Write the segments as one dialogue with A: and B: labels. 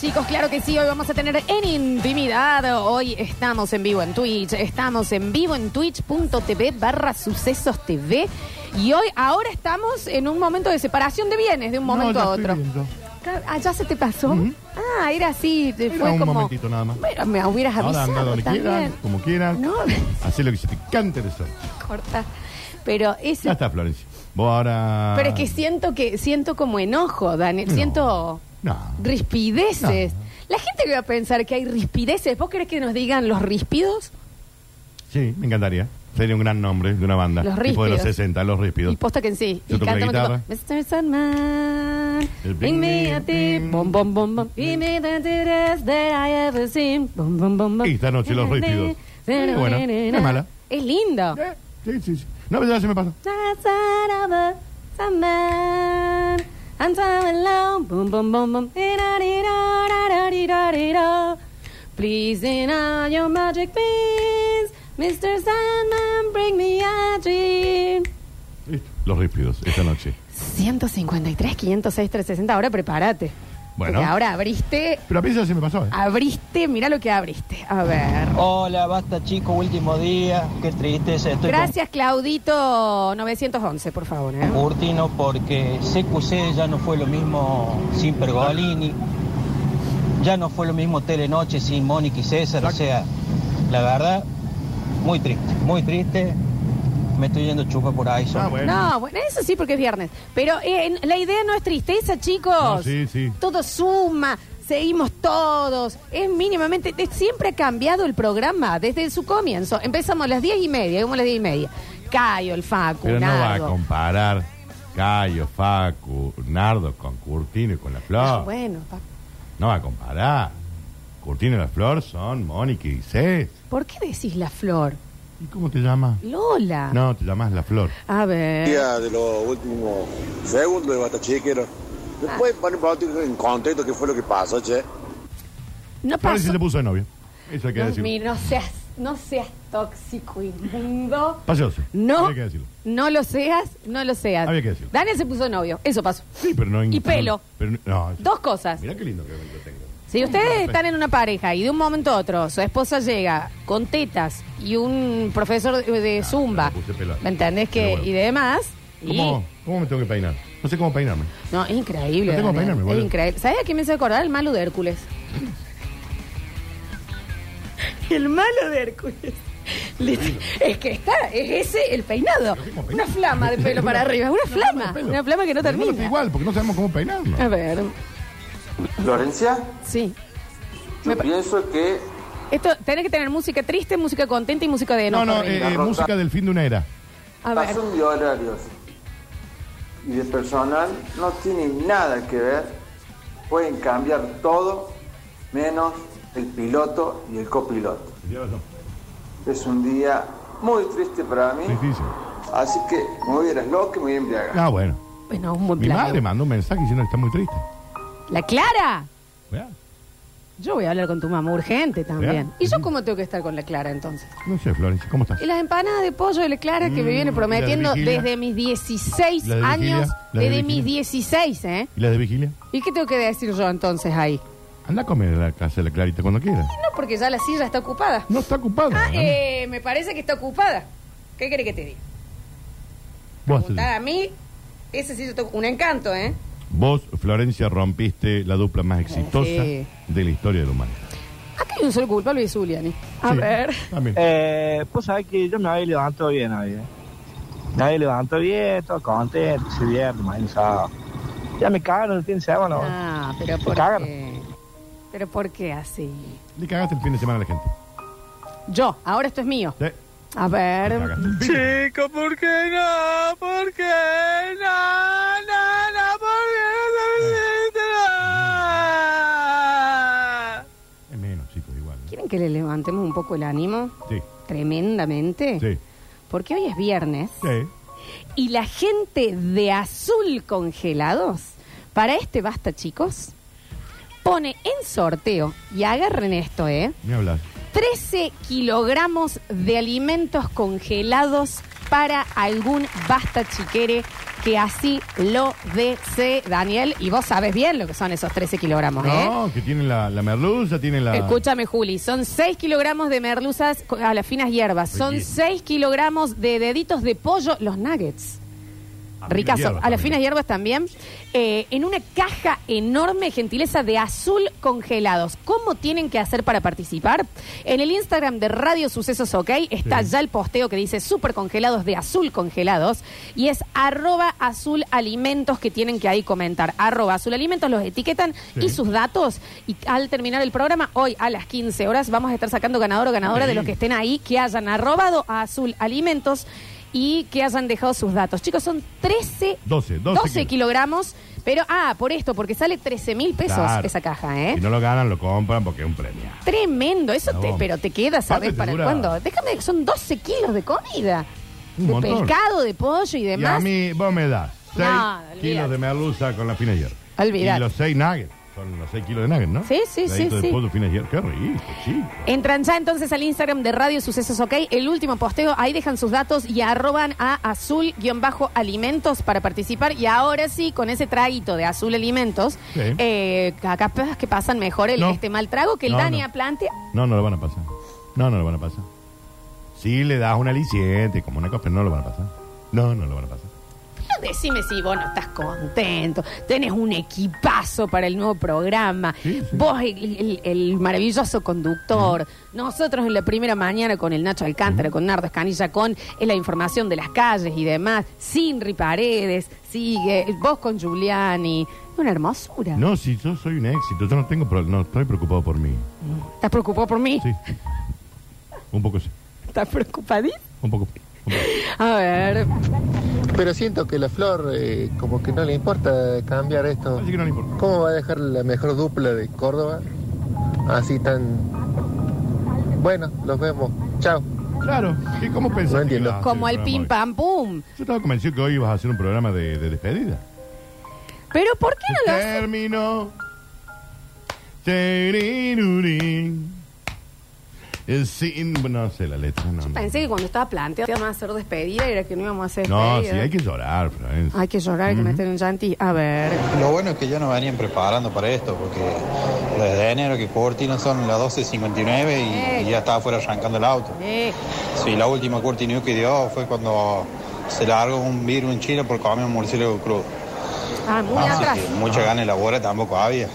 A: chicos, claro que sí, hoy vamos a tener en intimidad. Hoy estamos en vivo en Twitch, estamos en vivo en twitch.tv barra sucesos TV. Y hoy, ahora estamos en un momento de separación de bienes, de un
B: No,
A: momento
B: ya
A: a
B: estoy
A: otro.
B: viendo.
A: Ah, ya se te pasó.
B: Ujú.
A: Ah, era así, te
B: Era
A: fue
B: un
A: como.
B: momentito nada más.
A: Bueno, me hubieras
B: Ahora
A: avisado.
B: anda donde
A: también.
B: quieran, como quieran.
A: No,
B: Hacé lo que se te cante de sol.
A: corta. Pero ese.
B: Ya está, Florencia. Vos ahora.
A: Pero es que siento que siento como enojo, Daniel.
B: No.
A: Siento
B: No.
A: rispideces.
B: No.
A: La gente que va a pensar que hay rispideces. ¿Vos querés que nos digan los ríspidos?
B: Sí, me encantaría. Sería un gran nombre de una banda.
A: Los
B: Tipo de los
A: Ríspidos.
B: 60, los ríspidos.
A: Y posta que en sí.
B: Yo
A: y
B: toco la
A: cantamos
B: guitarra.
A: tipo, Mr. Sandman,
B: El
A: bring me a
B: bing,
A: tip, bom, bom, bom, bom, give me the dearest that I ever seen, bom, bom, bom, bom.
B: Y esta noche los rípidos. Eh, bueno, no es mala.
A: Es lindo.
B: Eh, Sí, sí, sí. No, pero ya se me pasó.
A: Sandman, I'm so alone, bom, bom, bom, bom, di-da-di-da-da-da-di-da-di-da. Please in all your magic beams, Mr. Sandman, bring me a dream.
B: Listo. Los rípidos, esta noche.
A: 153, 506, 360. Ahora prepárate.
B: Bueno.
A: Porque ahora abriste,
B: Pero a mí ya se me pasó, ¿eh?
A: Ah, abriste, mirá lo que abriste. A ver.
C: Hola, basta chico, último día. Qué tristeza, estoy
A: Gracias, Claudito 911, por favor. ¿eh?
C: con Curtino porque CQC ya no fue lo mismo sin Pergolini. Ya no fue lo mismo Telenoche sin Mónica y César. O sea, la verdad, muy triste, muy triste. Me estoy yendo chupa por ahí. solo.
B: Ah, bueno.
A: No, bueno, eso sí porque es viernes. Pero eh, en- la idea no es tristeza, chicos.
B: No, sí, sí.
A: Todo suma, seguimos todos. Es mínimamente, es- siempre ha cambiado el programa desde su comienzo. Empezamos a las 10 y media, como las 10 y media. Cayo, el Facu,
B: Pero no va a
A: Nardo.
B: comparar Cayo, Facu, Nardo con Curtino y con La
A: Ah,
B: Flor.
A: bueno, Facu.
B: No va a comparar. Curtino y La Flor son Mónica y Cés.
A: ¿Por qué decís la flor?
B: ¿Y cómo te llamas?
A: Lola.
B: No, te llamas La Flor.
A: A ver.
D: día de los últimos segundos de Bata Chiquero. Después poner en contexto qué fue lo que pasó, che.
A: No
B: Flor se
A: pasó.
B: te puso de novio. Eso hay que
A: No,
B: decirlo.
A: mi, no seas, no seas tóxico, inmundo.
B: Paseoso.
A: No,
B: Había que decirlo.
A: no lo seas, no lo seas.
B: Había que decirlo.
A: Daniel se puso novio, eso pasó.
B: Sí, pero no...
A: Y
B: no-
A: pelo.
B: pero no, no-
A: Dos cosas.
B: Mirá qué lindo que lo tengo.
A: Si ustedes están en una pareja y de un momento a otro su esposa llega con tetas y un profesor de, de
B: Ah,
A: zumba,
B: me puse pelado.
A: ¿me entendés
B: Pero
A: que?
B: bueno.
A: Y demás. y-
B: ¿Cómo, ¿Cómo me tengo que peinar? No sé cómo peinarme.
A: no, es increíble.
B: No tengo
A: Daniel,
B: peinarme,
A: es
B: boludo.
A: increíble. ¿Sabes a quién me hizo acordar? El malo de Hércules. El malo de Hércules. Le- es que está, es ese el peinado.
B: Pero ¿cómo
A: Una
B: peinar?
A: flama de pelo para arriba, una
B: de
A: flama,
B: pelo.
A: una flama que no
B: Pero
A: termina. Ah,
B: es igual, porque no sabemos cómo
A: A
B: peinarnos.
A: ver,
E: Florencia,
A: sí. Me
E: yo
A: pa-
E: pienso que
A: Esto, tenés que tener música triste, música contenta y música de
B: No,
A: enojo.
B: no,
A: Rini.
B: eh, eh, música del fin de una era.
A: a ver.
E: pasan de horarios y de personal no tienen nada que ver. Pueden cambiar todo menos el piloto y el copiloto. Es un día muy triste para mí.
B: Difícil.
E: Así que me voy a ir a Slock y me voy a embriagar.
B: Ah, bueno.
A: Bueno, un buen
B: Mi
A: plan.
B: madre mandó un mensaje diciendo que está muy triste.
A: La Clara.
B: Mirá,
A: Yo voy a hablar con tu mamá urgente también.
B: ¿Verdad?
A: ¿Y yo cómo tengo que estar con la Clara entonces?
B: No sé, Florencia, ¿cómo estás?
A: Y las empanadas de pollo de la Clara que me
B: Mm,
A: viene prometiendo
B: la de Vigilia.
A: desde mis 16
B: La de Vigilia,
A: años.
B: la de
A: desde
B: Vigilia.
A: mis 16, ¿eh?
B: ¿Y las de vigilia?
A: ¿Y qué tengo que decir yo entonces ahí?
B: Anda a comer a la casa de la Clarita cuando quieras.
A: No, porque ya la silla está ocupada.
B: No está ocupado.
A: Ah,
B: Ana.
A: eh, me parece que está ocupada. ¿Qué querés que te diga?
B: vos,
A: Preguntar a mí, ese sitio está un encanto, ¿eh?
B: vos, Florencia, rompiste la dupla más exitosa
A: Sí.
B: de la historia del humano.
A: Acá hay un solo culpable y es Zuliani. A ver.
B: También.
F: Eh, pues sabés que yo me había levantado bien hoy. eh. Me había levantado bien, todo contento, se viernes, mañana sábado. Ya me cagaron el fin de semana. boludo.
A: Ah, pero
F: Me
A: ¿por
F: cagaron.
A: qué? ¿Pero por qué así?
B: Le cagaste el fin de semana a la gente.
A: Yo, ahora esto es mío.
B: Sí.
A: A
B: Le
A: ver.
B: cagaste el fin de semana. Es menos, chicos, igual. ¿eh?
A: ¿Quieren que le levantemos un poco el ánimo?
B: Sí,
A: Tremendamente.
B: sí,
A: Porque hoy es viernes
B: sí.
A: y la gente de azul congelados, para este basta, chicos, pone en sorteo, y agarren esto, ¿eh?
B: Ni hablar.
A: 13 kilogramos de alimentos congelados para algún basta chiquere que así lo desee, Daniel. Y vos sabes bien lo que son esos 13 kilogramos, ¿eh?
B: No, que tienen la, la merluza, tienen la.
A: Escúchame, Juli, son 6 kilogramos de merluzas co- a las finas hierbas, son
B: Oye.
A: 6 kilogramos de deditos de pollo, los nuggets.
B: Ah,
A: Ricazo,
B: hierbas
A: a las
B: también.
A: finas hierbas también. Eh, en una caja enorme, gentileza de azul congelados. ¿Cómo tienen que hacer para participar? En el Instagram de Radio Sucesos OK está
B: Sí.
A: ya el posteo que dice super congelados de azul congelados y es arroba azul alimentos que tienen que ahí comentar. Arroba azul alimentos, los etiquetan
B: Sí.
A: y sus datos. Y al terminar el programa, hoy a las 15 horas, vamos a estar sacando ganador o ganadora
B: Sí.
A: de los que estén ahí que hayan arrobado a Azul Alimentos y que hayan dejado sus datos. Chicos, son 13,
B: 12, 12 kilos.
A: kilogramos. Pero, ah, por esto, porque sale 13 mil pesos
B: Claro.
A: esa caja, ¿eh?
B: Si no lo ganan, lo compran porque es un premio.
A: Tremendo, eso
B: La
A: te,
B: bomba.
A: pero te queda, ¿sabes
B: Aparte te
A: para
B: dura-
A: cuándo? Déjame, son 12 kilos de comida.
B: Un
A: de
B: montón.
A: pescado, de pollo y
B: Y a
A: demás.
B: mí, vos me das 6
A: No, olvídate.
B: kilos de merluza con la fina hierba.
A: Olvídate.
B: Y los 6 nuggets. Son los 6 kilos de nuggets, ¿no?
A: Sí, sí, sí,
B: Dedito
A: sí.
B: de pollo, fina hierba. Qué rico, chico.
A: Entran ya entonces al Instagram de Radio Sucesos OK, el último posteo, ahí dejan sus datos y arroban a azul-alimentos para participar. Y ahora sí, con ese traguito de azul alimentos,
B: Sí.
A: eh, capaz que pasan mejor el,
B: No.
A: este mal trago que el
B: No,
A: Dani
B: no.
A: ha plantea.
B: No, no lo van a pasar. No, no lo van a pasar. Si le das un aliciente, como una copa, no lo van a pasar. No, no lo van a pasar.
A: Pero Decime si vos no estás contento, tenés un equipazo para el nuevo programa,
B: Sí, sí.
A: vos el, el- el maravilloso conductor, nosotros en la primera mañana con el Nacho Alcántara, con Nardo Escanilla, con eh, la información de las calles y demás, Sinri Paredes, sigue, vos con Giuliani, una hermosura.
B: No, si yo soy un éxito, yo no tengo, pro- no estoy preocupado por mí.
A: ¿Estás preocupado por mí?
B: Sí. Un poco sí.
A: ¿Estás preocupadito?
B: Un poco. un poco.
A: A ver,
B: Ah,
G: Pero siento que la flor eh, como que no le importa cambiar esto.
B: Así que no le importa.
G: ¿Cómo va a dejar la mejor dupla de Córdoba? Así tan... Bueno, los vemos. Chao.
B: Claro. ¿Qué, ¿Cómo pensaste?
G: No entiendo.
B: que ibas a hacer
A: como el
B: programa
A: pim
B: hoy?
A: pam pum.
B: Yo estaba convencido que hoy ibas a hacer un programa de, de despedida.
A: Pero ¿por qué no lo haces?
B: Terminó. Terirurín. El sin. No sé la letra. No, no.
A: Pensé que cuando estaba planteado íbamos a hacer despedida era que no íbamos a hacer despedida.
B: No, sí, hay que llorar, Florencia.
A: Hay que llorar, hay que meter un llanti. A ver.
C: Lo bueno es que ya nos venían preparando para esto, porque desde enero que Cortina son las 12.59 y, y ya estaba fuera arrancando el auto.
A: Eh,
C: Sí, la última Curti News que dio fue cuando se largó un virus en Chile por comer un murciélago crudo.
A: ah, muy atrás.
C: Así que mucha gana de la bola tampoco había.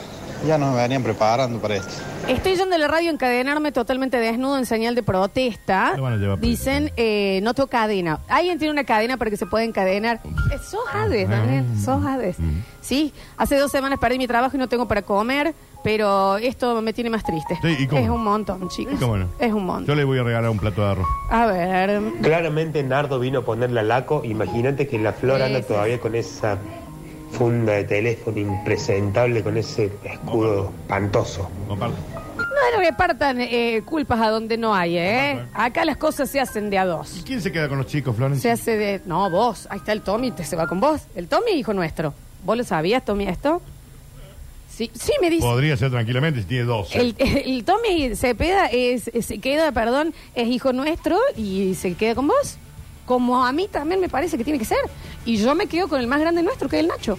C: Ya nos venían preparando para esto.
A: Estoy yendo a la radio a encadenarme totalmente desnudo en señal de protesta.
B: Lo van a llevar preso.
A: Dicen, eh, no tengo cadena. ¿Alguien tiene una cadena para que se pueda encadenar? Eh, sos
B: Ah,
A: Hades, Daniel, sos Hades.
B: Mm.
A: Sí, hace dos semanas perdí mi trabajo y no tengo para comer, pero esto me tiene más triste.
B: Sí, ¿y cómo
A: es
B: no?
A: un montón, chicos.
B: ¿Y cómo no?
A: Es un
B: Yo
A: montón.
B: le voy a regalar un plato de arroz.
A: A ver.
H: Claramente Nardo vino a ponerle laco. Imagínate que la flor
A: Sí,
H: anda
A: sí.
H: todavía con esa funda de teléfono impresentable, con ese escudo espantoso.
B: Comparto.
A: No le repartan eh, culpas a donde no hay, ¿eh?
B: Ajá.
A: Acá las cosas se hacen de a
B: ¿Y
A: dos.
B: quién se queda con los chicos,
A: Se
B: Florencia?
A: hace de... No, vos. Ahí está el Tommy, te se va con vos. El Tommy, hijo nuestro. ¿Vos lo sabías, Tommy, esto? Sí, sí me dice.
B: Podría ser tranquilamente si tiene 12.
A: El, el Tommy Cepeda es, es- se queda, perdón, es hijo nuestro y se queda con vos. Como a mí también me parece que tiene que ser. Y yo me quedo con el más grande nuestro, que es el Nacho.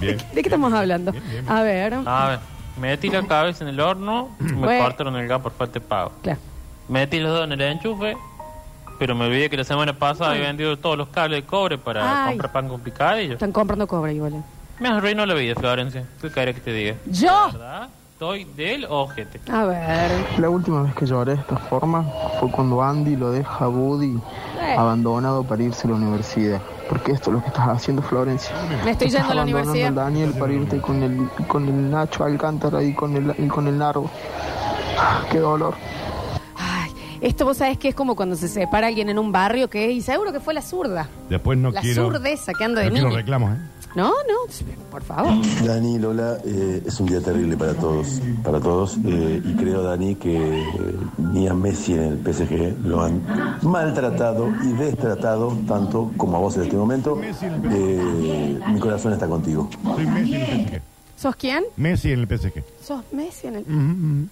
B: Bien.
A: ¿De qué estamos hablando?
B: Bien, bien, Ah. bien.
A: A ver.
I: A ver, metí la cabeza en el horno, me
A: Bueno.
I: cortaron el gas por falta de pago.
A: Claro.
I: Metí los dos en el enchufe, pero me olvidé que la semana pasada había vendido todos los cables de cobre para
A: Ay.
I: comprar pan con picadillo.
A: Están comprando cobre igual. eh.
I: Me arruinó la vida, Florencia. ¿Qué querés que te diga?
A: Yo.
B: Ah.
I: ¿Verdad? Estoy del ojete.
A: A ver.
J: La última vez que lloré de esta forma fue cuando Andy lo deja a Woody
B: Ah,
J: abandonado para irse a la universidad. Porque esto es lo que estás haciendo, Florencia.
A: Eh, Me estoy
J: Estás
A: yendo a la
J: abandonando
A: universidad.
J: al Daniel para irte con el, con el Nacho Alcántara y con el, y con el Narvo. Ah, Qué dolor.
A: Ay, esto vos sabés que es como cuando se separa alguien en un barrio que y seguro que fue la zurda.
B: Después no
A: la
B: quiero.
A: zurdeza que anda de
B: no quiero
A: niño.
B: reclamos, ¿eh?
A: No, no, por favor.
K: Dani, Lola, eh, es un día terrible para todos, para todos, eh, y creo, Dani, que eh, ni a Messi en el PSG lo han maltratado y destratado tanto como a vos en este momento. Eh, mi corazón está contigo.
B: Soy Messi en el PSG.
A: ¿Sos quién?
B: Messi en el PSG.
A: Sos Messi en el.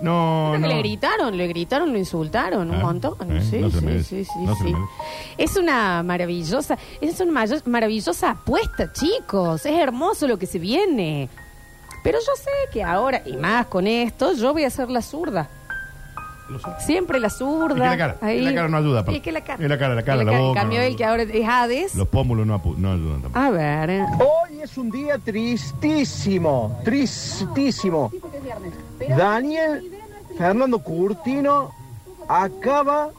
B: No,
A: Creo que
B: no.
A: le gritaron, le gritaron, lo insultaron un
B: Ah,
A: montón.
B: eh,
A: sí,
B: no se
A: sí,
B: lo
A: sí,
B: merece,
A: sí,
B: no se lo
A: sí.
B: merece.
A: Es una maravillosa, es una mayo- maravillosa apuesta, chicos. Es hermoso lo que se viene. Pero yo sé que ahora, y más con esto, yo voy a ser la zurda. Siempre la zurda.
B: Y que la cara, y
A: ahí.
B: la cara no ayuda. aparte.
A: Y que la cara.
B: Y la cara, la
A: Y
B: cara, la,
A: cara. En
B: boca.
A: cambio,
B: no-
A: el que ahora es Hades.
B: Los pómulos no, apu- no ayudan tampoco.
A: A ver. eh.
L: Hoy es un día tristísimo, tristísimo. Daniel Fernando Curtino acaba,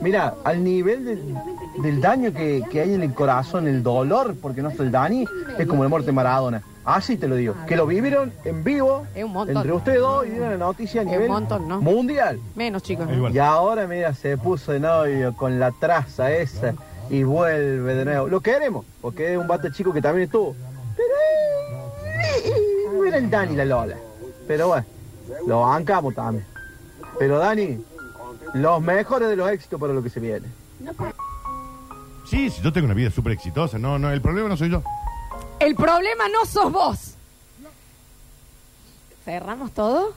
L: mira, al nivel del, del daño que, que hay en el corazón, el dolor, porque no está el Dani, es como la muerte de Maradona. Así te lo digo, que lo vivieron en vivo
A: montón.
L: entre ustedes dos y dieron la noticia a
A: Es un
L: nivel
A: montón, ¿no?
L: mundial.
A: Menos, chicos.
L: Y ahora, mira, se puso de novio con la traza esa y vuelve de nuevo. Lo queremos, porque es un vato chico que también estuvo. Pero eh, no era el Dani la Lola. Pero bueno, lo bancamos también. Pero Dani, los mejores de los éxitos para lo que se viene.
B: Sí, sí, yo tengo una vida súper exitosa. No, no, el problema no soy yo.
A: El problema no sos vos. ¿Cerramos todo?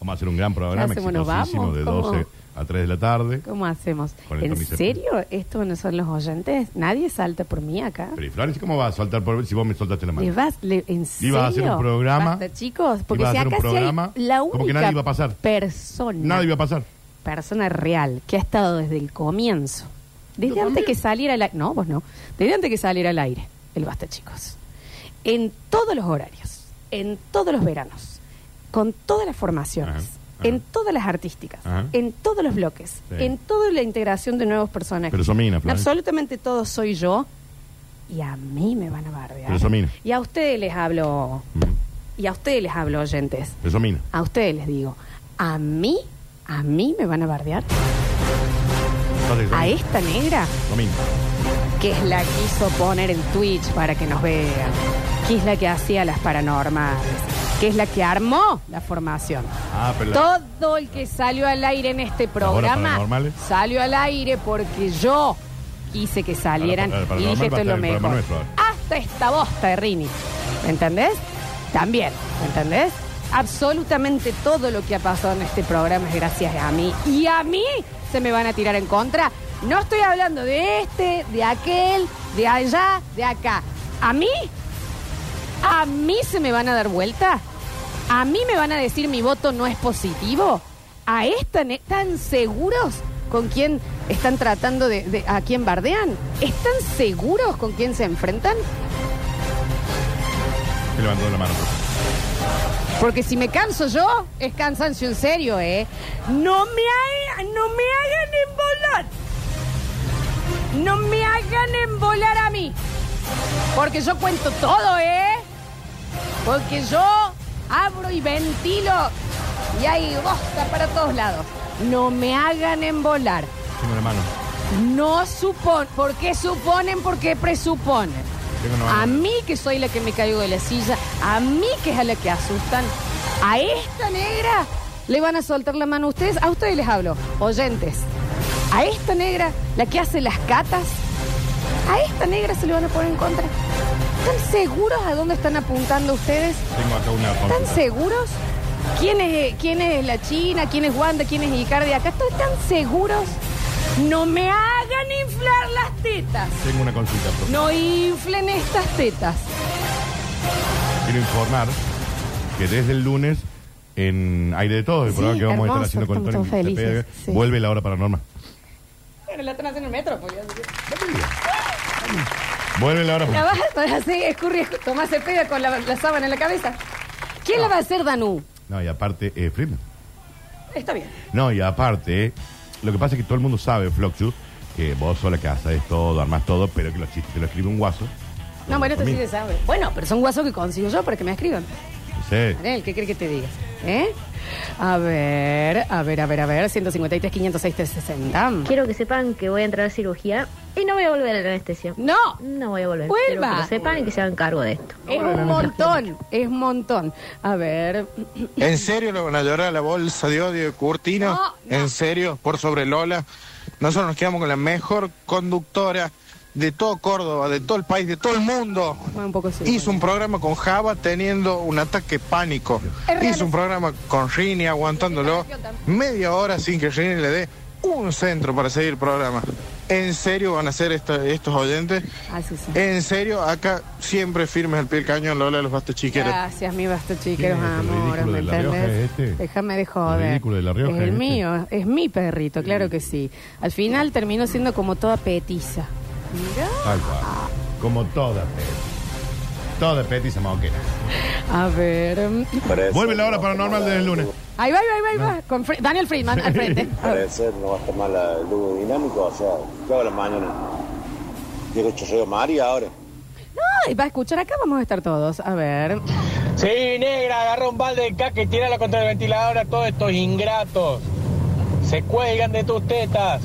B: Vamos a hacer un gran programa
A: Ya hacemos, nos
B: exitosísimo
A: vamos,
B: de
A: ¿cómo?
B: 12 a 3 de la tarde.
A: ¿Cómo hacemos?
B: Con el
A: ¿En
B: Tommy Cepeda.
A: serio? ¿Esto no son los oyentes? Nadie salta por mí acá.
B: Pero, ¿y Florencia, ¿cómo vas a soltar por si vos me soltaste la mano?
A: ¿Le vas, le- ¿En serio?
B: Iba a hacer un programa.
A: Basta, chicos, porque
B: Iba a
A: si
B: hacer un
A: acá sí hay
B: programa,
A: la única
B: como que nadie iba a pasar.
A: persona,
B: Nada iba a pasar.
A: persona real que ha estado desde el comienzo, desde antes que saliera al aire, no, vos no, desde antes que saliera al aire, el basta, chicos, en todos los horarios, en todos los veranos, con todas las formaciones, en todas las artísticas,
B: Ajá.
A: en todos los bloques,
B: Sí.
A: en toda la integración de nuevos personajes.
B: Pero Somina, Florencia.
A: Absolutamente todo soy yo y a mí me van a bardear.
B: Pero Somina,
A: Y a ustedes les hablo. Y a ustedes les hablo, oyentes.
B: pero Somina.
A: A ustedes les digo. A mí, a mí me van a bardear.
B: Dale,
A: A esta negra,
B: Somina.
A: que es la que hizo poner el Twitch para que nos vean. Que es la que hacía las paranormales. Que es la que armó la formación.
B: Ah, pero la-
A: Todo el que salió al aire en este programa
B: paranormales.
A: salió al aire porque yo quise que salieran
B: Para- para-
A: y dije esto
B: paranormal
A: es
B: va a
A: lo
B: estar el
A: mejor.
B: programa nuestro ahora.
A: Hasta esta bosta de Rini. ¿Me entendés? También, ¿me entendés? Absolutamente todo lo que ha pasado en este programa es gracias a mí. Y a mí se me van a tirar en contra. No estoy hablando de este, de aquel, de allá, de acá. A mí, a mí se me van a dar vuelta. A mí me van a decir mi voto no es positivo. A esta ne- tan seguros con quién están tratando de, de- a quién bardean. ¿Están seguros con quién se enfrentan?
B: Me levantó la mano. por favor.
A: Porque si me canso yo, es cansancio en serio, ¿eh? No me hagan, no me hagan embolar. No me hagan embolar a mí. Porque yo cuento todo, ¿eh? Porque yo abro y ventilo y hay bosta para todos lados. No me hagan embolar.
B: Tengo la mano.
A: No supon... ¿Por qué suponen? ¿Por qué presuponen?
B: Tengo una mano.
A: A mí que soy la que me caigo de la silla, a mí que es a la que asustan, a esta negra le van a soltar la mano a ustedes, a ustedes les hablo, oyentes, a esta negra, la que hace las catas, a esta negra se le van a poner en contra. ¿Están seguros a dónde están apuntando ustedes?
B: Tengo acá una.
A: ¿Están
B: consulta.
A: seguros? ¿Quién es, eh, quién es la China? ¿Quién es Wanda? ¿Quién es Icardi? ¿Acá todos están seguros? No me hagan inflar las tetas.
B: Tengo una consulta. por favor.
A: No inflen estas tetas.
B: Quiero informar que desde el lunes en Aire de Todos, el
A: Sí,
B: programa que vamos a
A: hermoso,
B: estar haciendo con Tony
A: estamos todos
B: Cepeda,
A: felices, sí.
B: vuelve la hora paranormal.
A: Bueno, la están haciendo en el metro, pues.
B: Vuelve la hora
A: La
B: paranormal.
A: vas a hacer así, escurri, Tomás se pega con la, la sábana en la cabeza. ¿Quién la va a hacer, Danú?
B: No, y aparte, eh, Friedman.
A: Está bien.
B: No, y aparte, eh, lo que pasa es que todo el mundo sabe, Floxu, que vos sola que haces todo, armás todo, pero que los chistes te lo escribe un guaso.
A: No, bueno, esto sí
B: Mira.
A: se sabe. Bueno, pero son guasos que consigo yo para que me escriban.
B: No sé.
A: Anel, ¿qué cree que te diga? ¿Eh? A ver, a ver, a ver, a ver. 153, 506, 360.
M: Quiero que sepan que voy a entrar a cirugía y no voy a volver a la anestesia.
A: No.
M: No voy a volver.
A: Vuelva.
M: Quiero que lo sepan y que se hagan cargo de esto.
A: Es un montón, es un montón. A ver.
N: ¿En serio lo van a llorar a la bolsa de odio de Curtino?
A: No,
N: ¿En serio? Por sobre Lola. Nosotros nos quedamos con la mejor conductora de todo Córdoba, de todo el país, de todo el mundo.
A: Un poco sí,
N: Hizo un programa con Java teniendo un ataque pánico. Hizo un programa con Rini aguantándolo media hora sin que Rini le dé un centro para seguir el programa. ¿En serio van a ser esta- estos oyentes?
A: Así Ah, sí.
N: En serio, acá siempre firmes el pie del cañón, Lola de los bastos chiqueros.
A: Gracias, mi basto chiquero,
N: ¿Quién es el
A: amor,
N: ridículo
A: ¿me
N: de La Rioja
A: entendés?
N: este?
A: Déjame de joder.
N: El ridículo de La
A: es
N: Rioja
A: el
N: este.
A: mío, es mi perrito, claro que sí. Al final terminó siendo como toda petiza. Mira.
B: Tal cual. Como toda Petty. Toda Petty se moquera.
A: A ver. mm.
B: Vuelve la hora paranormal del lunes.
A: Ahí va, ahí va, ahí va, ahí va. Con Fre- Daniel Friedman al frente.
D: Parecer no va a estar mal la- el lugo dinámico, o sea, ¿qué hago a la mañana? Llego Chorreo María ahora.
A: Ay, va a escuchar acá, vamos a estar todos. A ver.
C: Sí, negra, agarra un balde de caca y tírala contra el ventilador a todos estos ingratos. Se cuelgan de tus tetas.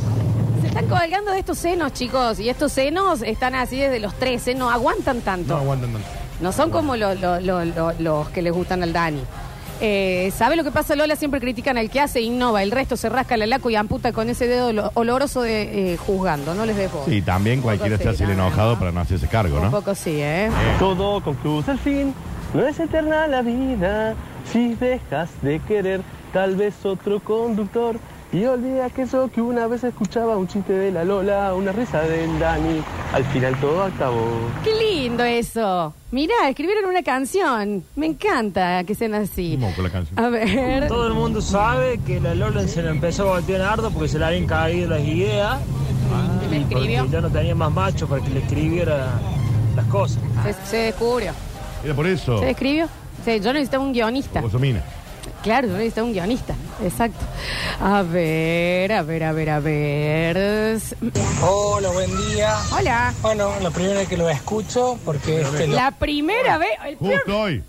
A: Se están colgando de estos senos, chicos. Y estos senos están así desde los 13, no aguantan tanto.
B: No aguantan tanto.
A: No son como los, los- los- los- los que les gustan al Dani. Eh, ¿Sabe lo que pasa, Lola? Siempre critican al que hace, innova. El resto se rasca la laco y amputa con ese dedo lo- oloroso de eh, juzgando. No les dejo.
B: Sí, también cualquiera se hace el enojado para no hacerse cargo,
A: Un
B: ¿no?
A: poco sí, ¿eh?
O: Todo concluye al fin, no es eterna la vida. Si dejas de querer, tal vez otro conductor. Y olvida aquello que una vez escuchaba, un chiste de la Lola, una risa del Dani. Al final todo acabó.
A: Qué lindo eso. Mirá, escribieron una canción. Me encanta que sean así.
B: Con la canción.
A: A ver.
P: Todo el mundo sabe que la Lola se le empezó a golpear a Nardo porque se le habían caído las ideas. y porque ya no tenía más macho para que le escribiera las cosas.
A: Se, se descubrió.
B: Era por eso.
A: ¿Se escribió? Sí, yo necesitaba un guionista.
B: Vos, Mina.
A: Claro, yo necesitaba un guionista. Exacto. A ver, a ver, a ver, a ver.
Q: Hola, buen día.
A: Hola.
Q: Bueno, la primera vez que lo escucho porque este
A: La primera vez. El peor,
B: Justo hoy.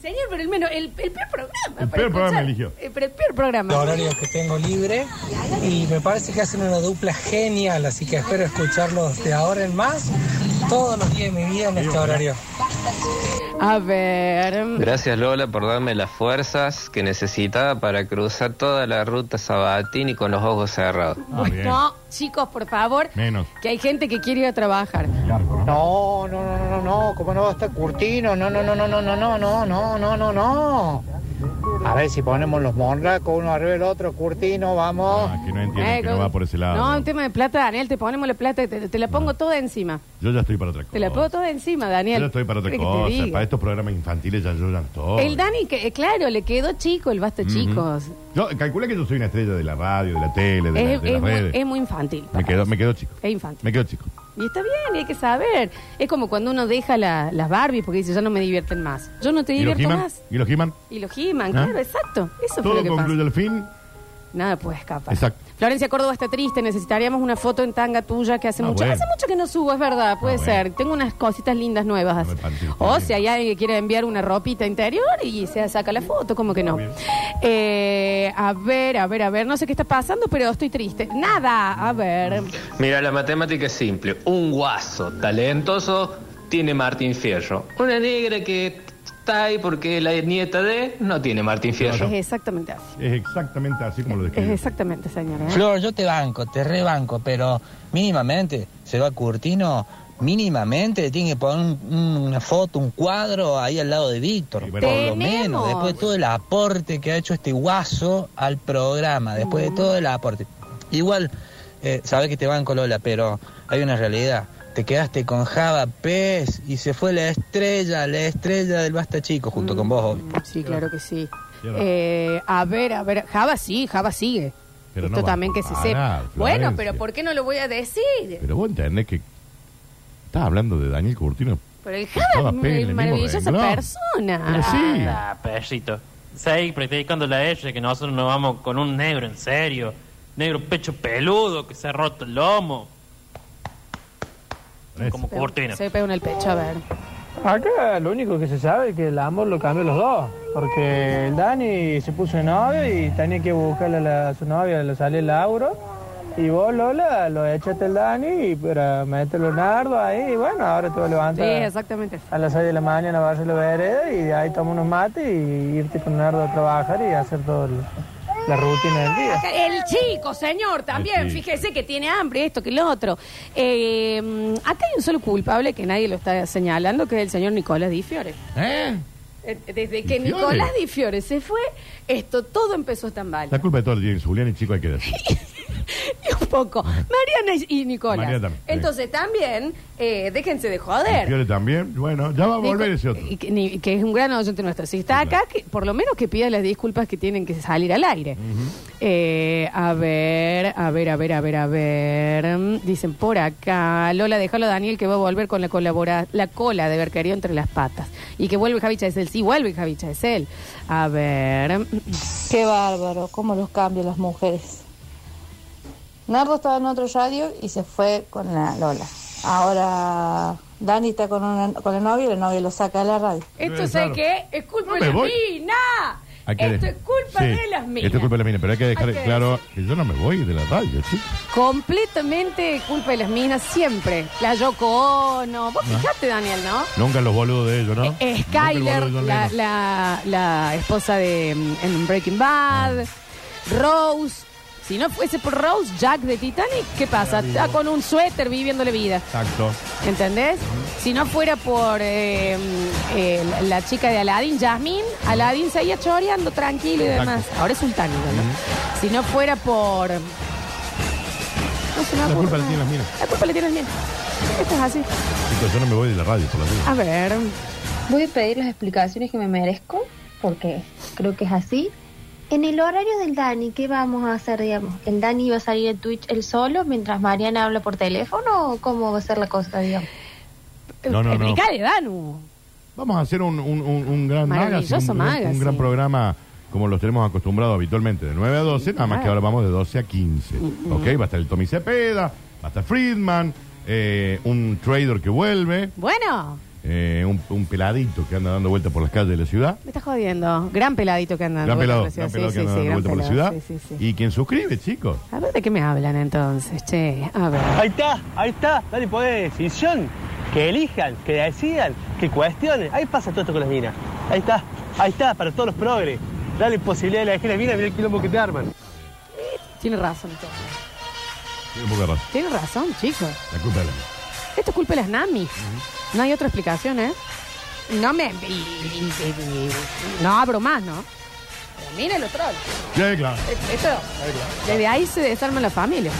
A: señor, pero el, menos, el, el peor programa.
B: El
A: para
B: peor programa
A: escuchar.
B: eligió.
A: Eh, Pero el peor programa.
Q: los horarios que tengo libre y me parece que hacen una dupla genial, así que espero escucharlos de ahora en más todos los días de mi vida en este horario.
A: A ver.
R: Gracias Lola por darme las fuerzas que necesitaba para cruzar toda la ruta Sabatini con los ojos cerrados.
B: Ah,
A: No, chicos, por favor.
R: Menos.
A: Que hay gente que quiere ir a trabajar.
S: No, no, no, no, no, ¿cómo no va a estar Curtino? No, no, no, no, no, no, no, no, no, no, no, no. A ver si ponemos los monracos uno arriba del otro, Curtino, vamos.
B: Ah, Que no entienden
A: Eh,
B: que no
A: con-
B: va por ese lado.
A: No, un tema de plata, Daniel, te ponemos la plata, y te, te la pongo toda encima.
B: Yo ya estoy para otra cosa.
A: Te la pongo toda encima,
B: Yo
A: Daniel.
B: ya estoy para otra
A: ¿Qué querés que te
B: cosa.
A: diga?
B: Para estos programas infantiles ya yo ya no estoy.
A: El Dani, que, eh, claro, le quedó chico el basta,
B: Ujú.
A: chicos.
B: Yo, calcula que yo soy una estrella de la radio, de la tele, de, la-
A: Es,
B: de
A: es
B: las
A: muy,
B: redes.
A: es muy infantil.
B: me, quedo, me quedo chico.
A: Es infantil.
B: Me quedo chico.
A: Y está bien, y hay que saber. Es como cuando uno deja la- las Barbies porque dice, ya no me divierten más. Yo no te
B: ¿Y los
A: divierto
B: He-Man?
A: más.
B: ¿Y los He-Man?
A: Y los He-Man,
B: ¿Ah?
A: claro, exacto. Eso fue
B: Todo
A: lo que
B: concluye
A: pasó.
B: al fin.
A: Nada puede escapar.
B: Exacto.
A: Florencia Córdoba está triste, necesitaríamos una foto en tanga tuya que hace
B: Ah,
A: mucho.
B: bueno. Ah,
A: Hace mucho que no subo, es verdad, puede ser. Tengo unas cositas lindas nuevas. O si hay alguien que quiere enviar una ropita interior y se saca la foto, como que no. Eh, a ver, a ver, a ver, no sé qué está pasando, pero estoy triste. Nada, a ver.
R: Mira, la matemática es simple. Un guaso talentoso tiene Martín Fierro. Una negra que está ahí porque la nieta de no tiene Martín Fierro.
A: Es exactamente así.
B: Es exactamente así como lo
A: Es
B: describí.
A: exactamente, señora. ¿eh?
Q: Flor, yo te banco, te rebanco, pero mínimamente se va Curtino, mínimamente le tiene que poner un- un- una foto, un cuadro ahí al lado de Víctor, por lo
A: Tenemos.
Q: menos, después de todo el aporte que ha hecho este guaso al programa, después de todo el aporte. Igual, eh, sabes que te banco Lola, pero hay una realidad. Te quedaste con Java Pez y se fue la estrella, la estrella del Basta Chico junto con vos. obvio.
A: Sí, claro que sí.
Q: Cierto.
A: Eh, a ver, a ver, Java sí, Java sigue.
B: Pero
A: Esto
B: no va
A: también
B: a
A: que se
B: parar,
A: sepa. Bueno,
B: Florencia.
A: pero ¿por qué no lo voy a decir?
B: Pero vos entendés que estás hablando de Daniel Curtino.
A: Pero el
B: Toda
A: Java
B: pena, el
A: es
B: mismo
A: maravillosa
B: renglón.
A: persona.
B: Pero sí.
I: Ah, perrito. Seguí practicando la S, que nosotros nos vamos con un negro en serio. Negro pecho peludo, que se ha roto el lomo. Como
A: Pero
I: cortina.
A: Se pega en el pecho, a ver.
O: Acá lo único que se sabe es que el amor lo cambió los dos, porque el Dani se puso de novio y tenía que buscarle a, la- a su novia, le salió el Lauro, y vos Lola lo echaste al Dani y para meterlo Nardo ahí, y bueno, ahora te va a
A: Sí,
O: levantar
A: exactamente.
O: a las 6 de la mañana, vas a la vereda y de ahí toma unos mates y irte con Nardo a trabajar y hacer todo el, la rutina del día.
A: Acá, El chico, señor, también.
O: El chico.
A: Fíjese que tiene hambre, esto, que lo otro. Eh, mm, acá hay un solo culpable que nadie lo está señalando, que es el señor Nicolás Di Fiore.
B: ¿Eh?
A: Eh, Desde que
B: Di Fiore.
A: Nicolás Di Fiore se fue, esto todo empezó a estambar.
B: La culpa de todo el día, Julián y Chico hay que decir.
A: Un poco. Mariana y y Nicolás.
B: Mariana también, sí.
A: Entonces también, eh, déjense de
B: Di
A: joder.
B: Fiore también. Bueno, ya va a volver ese otro.
A: Y Que, ni- que es un gran oyente nuestro. Si está acá, que, por lo menos que pida las disculpas que tienen que salir al aire. Eh, a ver, a ver, a ver, a ver, a ver. Dicen por acá, Lola, déjalo a Daniel que va a volver con la colabora, la cola de Berquería entre las patas. Y que vuelve Javicha es él. Sí, vuelve Javicha es él. A ver.
T: Qué bárbaro, cómo los cambian las mujeres. Nardo estaba en otro radio y se fue con la Lola. Ahora Dani está con, una, con la novia y la novia lo saca de la radio.
A: Esto es que es culpa
T: No
A: de
T: me
A: las
T: voy.
B: Hay
A: minas.
B: que
A: Esto
B: de-
A: es culpa
B: Sí,
A: de las minas.
B: Esto es culpa de las minas, pero hay que dejar
A: Hay que
B: claro que yo no me voy de la radio, chicos.
A: Completamente culpa de las minas, siempre. La Yoko Ono. Vos
B: No.
A: fijaste, Daniel, ¿no?
B: Nunca los boludos de ellos, ¿no?
A: Eh,
B: Nunca los
A: Skyler,
B: boludos de John
A: la,
B: Lennon.
A: la- la esposa de mm, en Breaking
B: Ah.
A: Bad. Rose. Si no fuese por Rose, Jack de Titanic, ¿qué pasa?
B: vivo.
A: Está con un suéter viviéndole vida.
B: Exacto.
A: ¿Entendés? Si no fuera por eh, mm, eh, la- la chica de Aladdin, Jasmine, Aladdin seguía choreando tranquilo y
B: Exacto.
A: demás. Ahora es sultán. igual, ¿no? Si no fuera por... No se me
B: La
A: ocurre
B: culpa la
A: nada.
B: tienen las minas.
A: La culpa la tienen las minas. Esto es así.
B: Chicos, yo no me voy de la radio por la vida.
A: A ver.
M: Voy a pedir las explicaciones que me merezco, porque creo que es así. En el horario del Dani, ¿qué vamos a hacer, digamos? ¿El Dani iba a salir en Twitch él solo mientras Mariana habla por teléfono o cómo va a ser la cosa, digamos?
B: No, no, no.
A: Explícale, Danu.
B: Vamos a hacer un, un, un- un gran
A: Maravilloso
B: magazine, un, un-
A: magazine.
B: un gran programa como los tenemos acostumbrados habitualmente, de 9 a 12, nada más
A: claro.
B: que ahora vamos de 12 a 15. ¿Ok? Va a estar el Tommy Cepeda, va a estar Friedman, eh, un trader que vuelve,
A: Bueno,
B: eh, un, un peladito que anda dando vueltas por las calles de la ciudad.
A: me estás jodiendo. Gran peladito que andan.
B: gran pelado,
A: Sí,
B: gran
A: sí,
B: pelado que
A: sí,
B: anda
A: sí,
B: dando
A: gran
B: vueltas por la
A: pelado,
B: ciudad.
A: sí, sí, sí.
B: Y quien suscribe, chicos.
A: A ver de qué me hablan entonces, che. A ver.
O: Ahí está, ahí está, dale poder de decisión. Que elijan, que decidan, que cuestionen. Ahí pasa todo esto con las minas. Ahí está, ahí está, para todos los progres. Dale posibilidad de la elegir las minas, mira el quilombo que te arman.
A: Tiene razón. entonces.
B: Tiene un poco de razón.
A: Tiene razón, chicos.
B: La culpa de la mía.
A: Esto es culpa de las NAMI. No hay otra explicación, ¿eh? No me. y- y- y- y- no abro más, ¿no? Pero miren los trolls.
B: Sí, claro.
A: E- Esto, desde ahí se desarma la familia.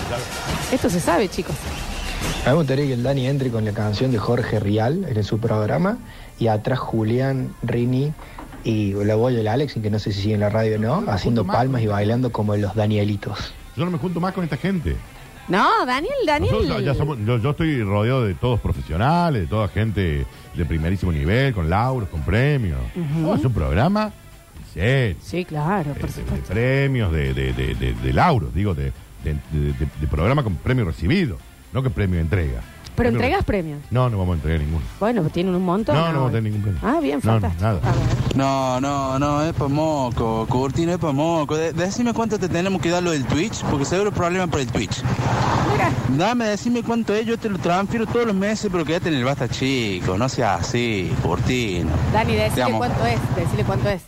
A: Esto se sabe, chicos.
U: A mí me gustaría que el Dani entre con la canción de Jorge Rial en su programa y atrás Julián, Rini y la voz del Alex, que no sé si sigue en la radio o no, haciendo palmas y bailando como los Danielitos.
B: Yo no me junto más con esta gente.
A: No, Daniel, Daniel.
B: Nosotros ya somos- yo, yo estoy rodeado de todos profesionales, de toda gente de primerísimo nivel, con lauros, con premios.
A: Ujú.
B: No, es un programa en serio,
A: Sí, claro, por
B: de
A: supuesto.
B: premios, de, de, de- de- de lauros, digo, de, de- de- de- de programa con premio recibido, no que premio entrega.
A: Pero
B: Yo creo que-
A: entregas premios.
B: No, no vamos a entregar ninguno.
A: Bueno, tienen un montón.
B: No, no vamos a
A: ahora.
B: tener ningún premio.
A: Ah, bien,
B: No, no,
A: fantástico.
B: nada.
V: No, no, no, es pa' moco, Curtino, es pa' moco. De- decime cuánto te tenemos que dar lo del Twitch, porque seguro problema por el Twitch. Dame, decime cuánto es, yo te lo transfiero todos los meses, pero quédate en el basta chico, no seas así, Curtino.
A: Dani,
V: Te
A: decile
V: amo.
A: cuánto es. Decile cuánto es.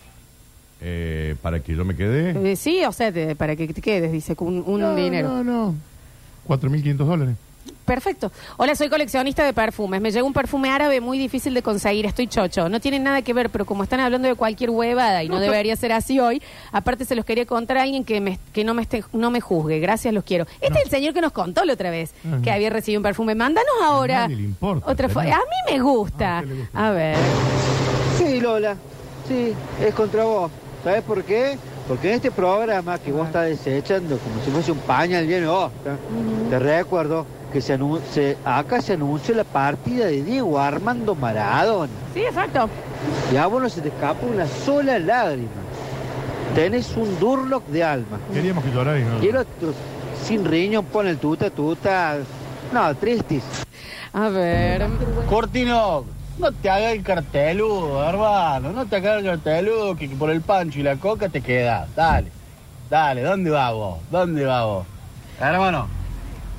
B: Eh, para que yo me quede,
A: Eh, sí, o sea, te- para que te quedes, dice, con un, un
B: No,
A: dinero.
B: no, no. 4.500 dólares.
A: Perfecto. Hola, soy coleccionista de perfumes. Me llegó un perfume árabe muy difícil de conseguir. Estoy chocho. No tiene nada que ver, pero como están hablando de cualquier huevada y no,
M: No, pero-
A: debería ser así hoy, aparte se los quería contar a alguien que, me- que no, me esté- no me juzgue. Gracias, los quiero. Este es el señor que nos contó la otra vez
B: Ajá.
A: que había recibido un perfume. Mándanos ahora.
B: Ah, nadie le importa,
A: otra fo-
B: señor. Ah,
A: A mí me gusta. A ver.
L: Sí, Lola, sí, es contra vos. ¿Sabes por qué? Porque en este programa que vos estás desechando como si fuese un pañal lleno de hosta, te recuerdo que se anun- se- acá se anuncia la partida de Diego Armando Maradona.
A: Sí, exacto.
L: Y a vos no se te escapa una sola lágrima. Tenés un Durlock de alma.
B: Queríamos que lloráis, ¿no?
L: Y el otro, sin riñón, pone el tuta, tuta. No, tristis.
A: A ver.
W: Cortino, no te haga el carteludo, hermano. No te haga el carteludo, que por el pancho y la coca te quedas. Dale, dale, ¿dónde va vos? ¿Dónde va vos? Hermano,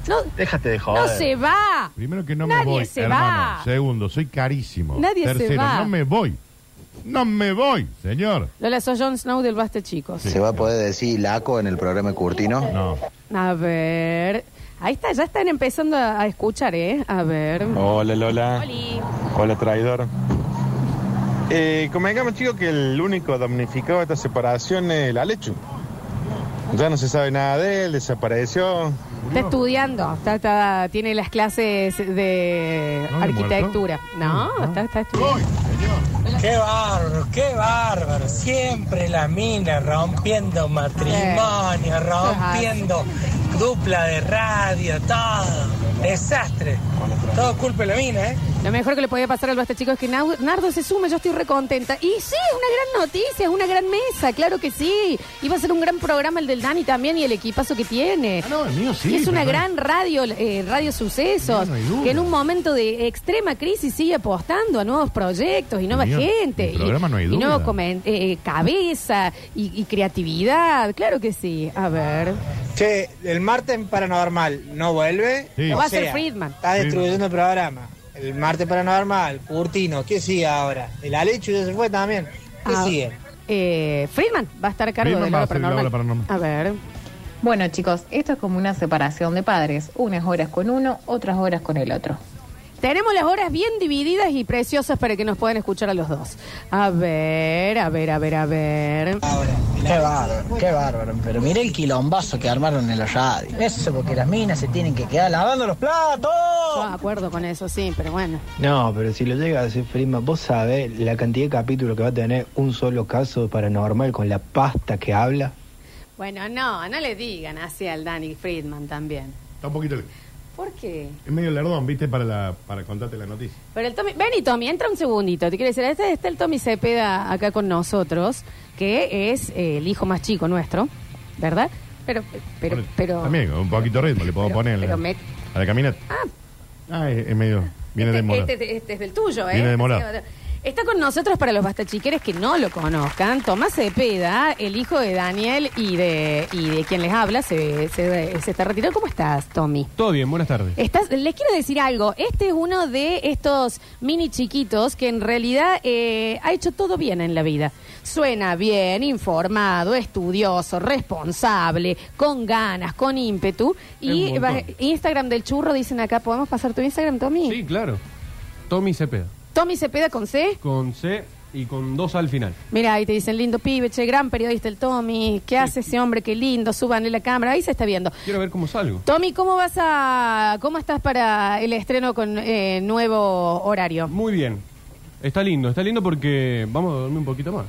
A: No,
W: Oh. déjate de joder.
A: no se va.
B: Primero que no me
A: Nadie
B: voy,
A: se
B: hermano.
A: va.
B: Segundo, soy carísimo.
A: Nadie se
B: Tercero,
A: va.
B: no me voy. No me voy, señor.
A: Lola, soy Jon Snow del Basta, chicos.
E: ¿Se va a poder decir laco en el programa de Curtino?
B: No.
A: A ver. Ahí está, ya están empezando a, a escuchar, ¿eh? A ver.
F: Hola Lola. Hola traidor. Eh, convengamos chicos que el único damnificado de esta separación es el Alechu. Ya no se sabe nada de él, desapareció.
A: Está estudiando, está, está- tiene las clases de
F: No,
A: arquitectura. No, está, está estudiando.
G: Qué bárbaro, qué bárbaro. Siempre la mina rompiendo matrimonio,
A: Sí.
G: rompiendo dupla de radio, todo. Desastre. Todo culpa de la mina, ¿eh?
A: Lo mejor que le podía pasar al Basta Chicos este es que Nau- Nardo se sume, yo estoy recontenta. Y sí, es una gran noticia, es una gran mesa, claro que sí. Iba a ser un gran programa el del Dani también y el equipazo que tiene.
B: Ah, No, el mío sí.
A: Y es una
B: pero-
A: gran radio, eh, radio sucesos,
B: No, no hay duda.
A: que en un momento de extrema crisis sigue apostando a nuevos proyectos y nueva
B: Señor,
A: gente.
B: el programa
A: y,
B: no hay
A: y
B: duda.
A: nuevo comen- eh, cabeza y, y creatividad, claro que sí. A ver.
G: Che, el martes paranormal no vuelve.
A: Sí. Lo va a hacer Friedman.
G: Está destruyendo el programa. El martes paranormal, Curtino, ¿qué sigue ahora? El Alechu ya se fue también. ¿Qué
A: Ah,
G: sigue?
A: eh, Friedman va a estar a cargo
G: Friedman
A: de
G: va a
A: la
G: hacer la
A: paranormal.
G: hora paranormal.
A: A ver.
X: Bueno, chicos, esto es como una separación de padres. Unas horas con uno, otras horas con el otro.
A: Tenemos las horas bien divididas y preciosas para que nos puedan escuchar a los dos. A ver, a ver, a ver, a ver.
Y: Qué bárbaro, qué bárbaro. Pero mire el quilombazo que armaron en la radio. Eso porque las minas se tienen que quedar lavando los platos.
A: Yo de acuerdo con eso, sí, pero bueno.
U: No, pero si lo llega a hacer Friedman, vos sabés la cantidad de capítulos que va a tener un solo caso paranormal con la pasta que habla.
A: Bueno, no, no le digan así al Danny Friedman también.
B: Está un poquito.
A: ¿Por qué?
B: Es medio lerdón, ¿viste? Para, la, para contarte la noticia.
A: Pero el Tommy, vení Tommy, entra un segundito. Te quiero decir, este está el Tommy Cepeda acá con nosotros, que es eh, el hijo más chico nuestro, ¿verdad? Pero, pero,
B: Ponle-
A: pero.
B: También, con un poquito de ritmo le puedo poner.
A: pero
B: la-
A: me-
B: A la caminata. Ah, es, es medio. Viene de moda.
A: Este, este es del tuyo, ¿eh?
B: Viene demorado.
A: Está con nosotros para los bastachiqueres que no lo conozcan, Tomás Cepeda, el hijo de Daniel y de, y de quien les habla, se, se- se está retirado. ¿Cómo estás, Tommy?
Z: Todo bien, buenas tardes.
A: Estás, les quiero decir algo. Este es uno de estos mini chiquitos que en realidad eh, ha hecho todo bien en la vida. Suena bien, informado, estudioso, responsable, con ganas, con ímpetu.
Z: Es
A: Y
Z: un montón.
A: va- Instagram del churro, dicen acá, ¿podemos pasar tu Instagram, Tommy?
Z: Sí, claro. Tommy Cepeda.
A: Tommy Cepeda con C.
Z: Con C y con dos al final.
A: Mira, ahí te dicen, lindo pibe, che, gran periodista el Tommy. ¿Qué hace ese hombre? Qué lindo, súbanle la cámara. Ahí se está viendo.
Z: Quiero ver cómo salgo.
A: Tommy, ¿cómo vas a, cómo estás para el estreno con eh, nuevo horario?
Z: Muy bien. Está lindo, está lindo porque vamos a dormir un poquito más.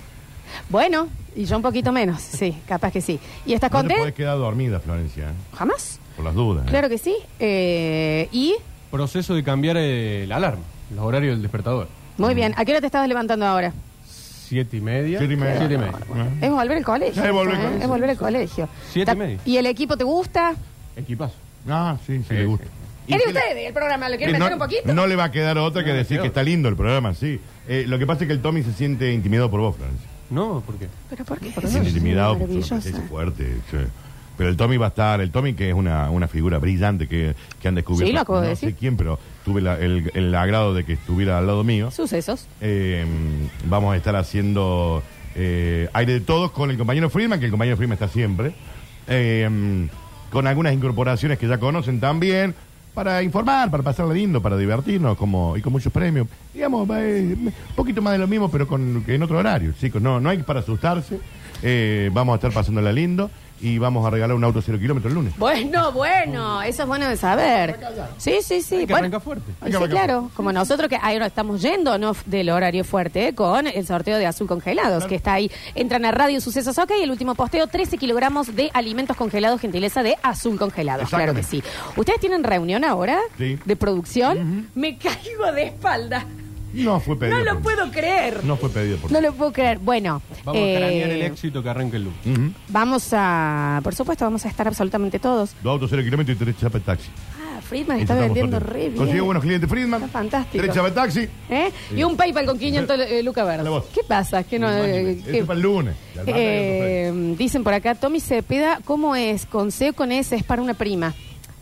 A: Bueno, y yo un poquito menos, sí, capaz que sí. ¿Y estás
B: No te
A: contento?
B: podés quedar dormida, Florencia. ¿eh?
A: ¿Jamás?
B: Por las dudas. ¿eh?
A: Claro que sí. Eh, y,
Z: Proceso de cambiar eh, la alarma, los horarios del despertador.
A: muy bien, ¿a qué hora te estabas levantando ahora?
Z: Siete y media.
B: Siete y media.
Z: Siete y media.
A: Es volver al colegio.
Z: Es volver al
A: ¿eh?
Z: colegio.
A: Es volver al colegio.
Z: Siete y media.
A: ¿Y el equipo te gusta?
Z: Equipazo.
B: Ah, sí, sí, le gusta. Eh,
A: ¿Es de ustedes el programa? ¿Lo
Z: Eh,
A: quieren
B: no,
A: meter un poquito?
B: no le va a quedar otra que decir que está lindo el programa, sí. Eh, lo que pasa es que el Tommy se siente intimidado por vos, Florencia.
Z: No, ¿por qué?
A: ¿Pero por qué?
B: Se siente intimidado por su
A: Maravillosa.
B: presencia fuerte. sí. Pero el Tommy va a estar, el Tommy que es una, una figura brillante que, que han descubierto.
A: Sí, lo acabo
B: no
A: de
B: sé
A: decir.
B: quién, pero tuve la- el, el agrado de que estuviera al lado mío.
A: Sucesos.
B: Eh, vamos a estar haciendo eh, aire de todos con el compañero Friedman, que el compañero Friedman está siempre. Eh, con algunas incorporaciones que ya conocen también, para informar, para pasarle lindo, para divertirnos como, y con muchos premios. Digamos, va, eh, un poquito más de lo mismo, pero con, en otro horario, chicos. No, no hay para asustarse. Eh, vamos a estar pasándola lindo y vamos a regalar un auto cero kilómetros el lunes.
A: Bueno, bueno, eso es bueno de saber. Sí, sí, sí.
B: Hay que
A: bueno.
B: arrancar fuerte.
A: Y
B: Hay que
A: sí,
B: arrancar
A: claro, como nosotros que ahora estamos yendo ¿no? del horario fuerte ¿eh? con el sorteo de azul congelados, que está ahí. Entran a Radio Sucesos, ok, el último posteo, 13 kilogramos de alimentos congelados, gentileza de azul congelados. Claro que sí. ¿Ustedes tienen reunión ahora
B: Sí.
A: de producción? Me caigo de espalda.
B: No fue pedido.
A: No lo
B: por-
A: puedo creer.
B: No fue pedido por
A: No lo puedo creer. Bueno,
Z: Vamos
A: eh,
Z: a cranear el éxito que arranque el lunes.
A: vamos a, por supuesto, vamos a estar absolutamente todos.
B: Dos autos cero kilómetros y tres chapas de taxi.
A: Ah, Friedman está vendiendo re bien.
B: Consiguió buenos clientes Friedman.
A: Está fantástico.
B: Tres chapas de taxi.
A: ¿Eh? Y un PayPal con 500 eh, lucas verdes. ¿Qué pasa? ¿Qué no, eh,
B: Eso
A: qué-
B: es para el lunes. Y al martes hay otro premio.
A: Eh, dicen por acá, Tommy Cepeda, ¿cómo es? Con C o con S es para una prima.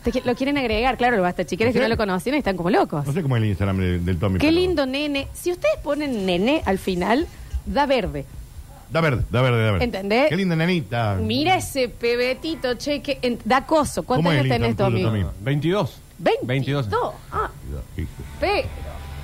A: Te qui- lo quieren agregar, claro, lo basta. Chiqueres que no lo conocían y están como locos.
B: No sé cómo es el Instagram de- del Tommy.
A: Qué
B: pero-
A: lindo nene. Si ustedes ponen nene al final, Da verde.
B: Da verde, da verde, da verde.
A: ¿Entendés?
B: Qué linda nenita.
A: Mira ese pebetito, che, que en- da coso. ¿Cuántos años tenés, Tommy?
Z: 22. 22.
A: Dos. Ah, pe-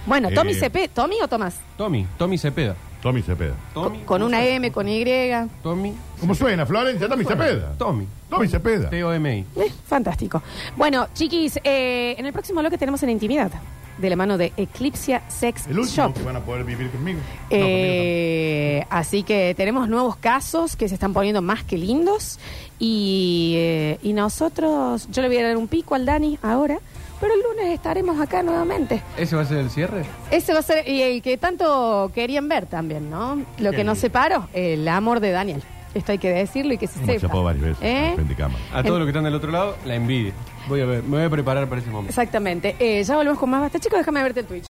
A: Bueno,
Z: Eh,
A: Tommy se pe- ¿Tommy o Tomás?
Z: Tommy, Tommy Cepeda.
B: Tommy Cepeda.
Z: Tommy.
A: Con una M, con Y. Eh,
Z: Tommy.
B: ¿Cómo suena, Florencia? Tommy Cepeda.
Z: Tommy.
B: Tommy Cepeda.
Z: T-O-M-I.
A: Eh, fantástico. Bueno, chiquis, eh, en el próximo bloque tenemos en intimidad, de la mano de Eclipsia Sex
B: El último
A: Shop.
B: que van a poder vivir conmigo.
A: Eh, así que tenemos nuevos casos que se están poniendo más que lindos. Y, eh, y nosotros, yo le voy a dar un pico al Dani ahora, pero el lunes estaremos acá nuevamente.
Z: ¿Ese va a ser el cierre?
A: Ese va a ser y el que tanto querían ver también, ¿no? Lo
Z: Qué
A: que nos
Z: lindo.
A: separó, el amor de Daniel. Esto hay que decirlo y que se
Z: Hemos
A: sepa.
Z: chapado varias veces,
A: ¿Eh?
Z: A todos los que están del otro lado, la envidia. Voy a ver, me voy a preparar para ese momento.
A: Exactamente. Eh, ya volvemos con más basta, chicos. Déjame verte el Twitch.